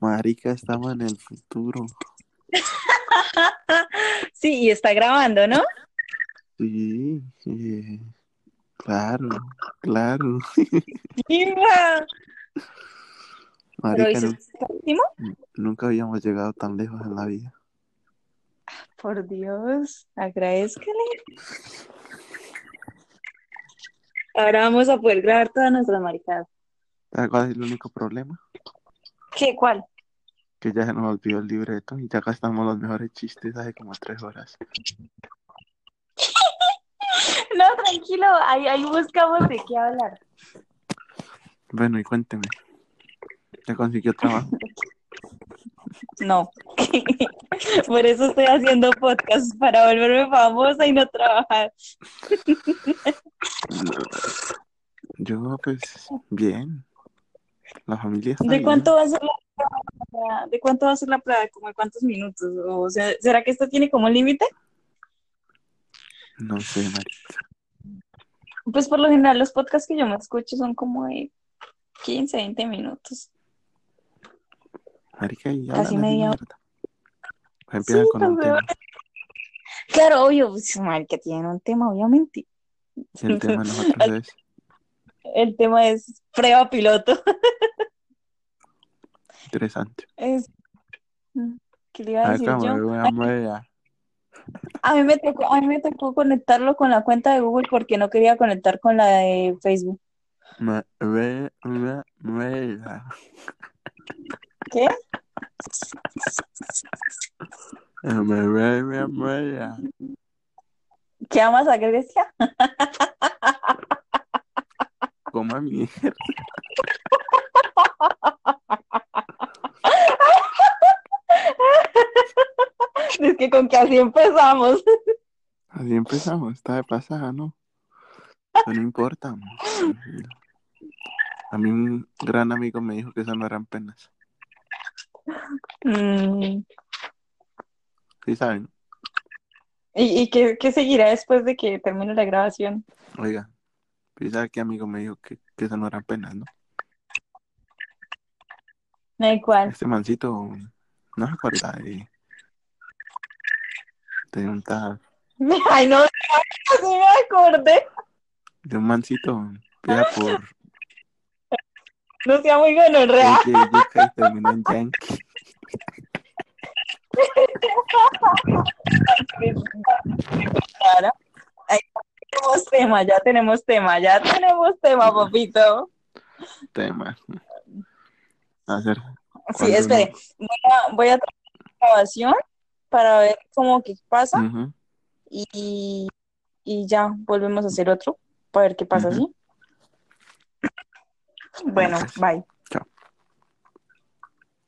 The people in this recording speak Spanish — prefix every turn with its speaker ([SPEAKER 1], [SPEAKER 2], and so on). [SPEAKER 1] Marica, estamos en el futuro.
[SPEAKER 2] Sí, y está grabando, ¿no?
[SPEAKER 1] Sí, eh, claro, claro.
[SPEAKER 2] ¡Viva! Pero
[SPEAKER 1] Marica,
[SPEAKER 2] hoy sí
[SPEAKER 1] nu-
[SPEAKER 2] está último.
[SPEAKER 1] nunca habíamos llegado tan lejos en la vida.
[SPEAKER 2] Por Dios, agradezcale. Ahora vamos a poder grabar todas nuestras maricadas.
[SPEAKER 1] ¿Sabes cuál es el único problema?
[SPEAKER 2] ¿Qué? ¿Cuál?
[SPEAKER 1] Que ya se nos olvidó el libreto y ya gastamos los mejores chistes hace como tres horas.
[SPEAKER 2] No, tranquilo, ahí, ahí buscamos de qué hablar.
[SPEAKER 1] Bueno, y cuénteme. ¿Ya consiguió trabajo?
[SPEAKER 2] No. Por eso estoy haciendo podcast, para volverme famosa y no trabajar.
[SPEAKER 1] No. Yo, pues, bien. La familia está
[SPEAKER 2] ¿De
[SPEAKER 1] bien.
[SPEAKER 2] cuánto va a ser la prueba? ¿De cuánto va a ser la prueba? ¿Como de cuántos minutos? O sea, ¿será que esto tiene como un límite?
[SPEAKER 1] No sé, Marica.
[SPEAKER 2] Pues por lo general los podcasts que yo me escucho son como de 15, 20 minutos.
[SPEAKER 1] Marica, y
[SPEAKER 2] Casi
[SPEAKER 1] hablan así,
[SPEAKER 2] media hora.
[SPEAKER 1] mierda. Empiezan
[SPEAKER 2] Sí,
[SPEAKER 1] con un
[SPEAKER 2] pues,
[SPEAKER 1] tema.
[SPEAKER 2] Claro, obvio, pues, mal que tienen un tema, obviamente.
[SPEAKER 1] Y el tema de nosotros es...
[SPEAKER 2] El tema es prueba piloto.
[SPEAKER 1] Interesante.
[SPEAKER 2] Es... ¿Qué le iba a
[SPEAKER 1] A ver,
[SPEAKER 2] decir
[SPEAKER 1] cámara,
[SPEAKER 2] yo?
[SPEAKER 1] voy a mover.
[SPEAKER 2] A mí me tocó, a mí me tocó conectarlo con la cuenta de Google porque no quería conectar con la de Facebook.
[SPEAKER 1] Me- ve- ve- vea.
[SPEAKER 2] ¿Qué?
[SPEAKER 1] Me ve- ve- vea.
[SPEAKER 2] ¿Qué amas a Grecia?
[SPEAKER 1] Coma mierda.
[SPEAKER 2] Es que con que así empezamos.
[SPEAKER 1] Así empezamos, está de pasada, ¿no? Pero no importa. A mí un gran amigo me dijo que eso no eran penas.
[SPEAKER 2] Mm,
[SPEAKER 1] Sí saben,
[SPEAKER 2] ¿Y, y qué, qué seguirá después de que termine la grabación?
[SPEAKER 1] oiga, sí sabe qué amigo me dijo que, que eso no eran penas, ¿no?
[SPEAKER 2] No hay cuál.
[SPEAKER 1] Este mancito, no se acuerda de, de un tal,
[SPEAKER 2] Ay, no, sí me acordé.
[SPEAKER 1] de un mancito, empieza por
[SPEAKER 2] No sea muy gonorrea.
[SPEAKER 1] Ey, ey, yuca y termina en yankee.
[SPEAKER 2] Claro. Ahí tenemos tema, ya tenemos tema, ya tenemos tema, papito.
[SPEAKER 1] tema. A ver,
[SPEAKER 2] Sí,
[SPEAKER 1] ¿Cuándo
[SPEAKER 2] espere. Voy a, voy a traer la grabación para ver cómo que pasa
[SPEAKER 1] ujú,
[SPEAKER 2] y, y ya volvemos a hacer otro para ver qué pasa,
[SPEAKER 1] Ujú.
[SPEAKER 2] ¿sí? Bueno,
[SPEAKER 1] Gracias.
[SPEAKER 2] bye.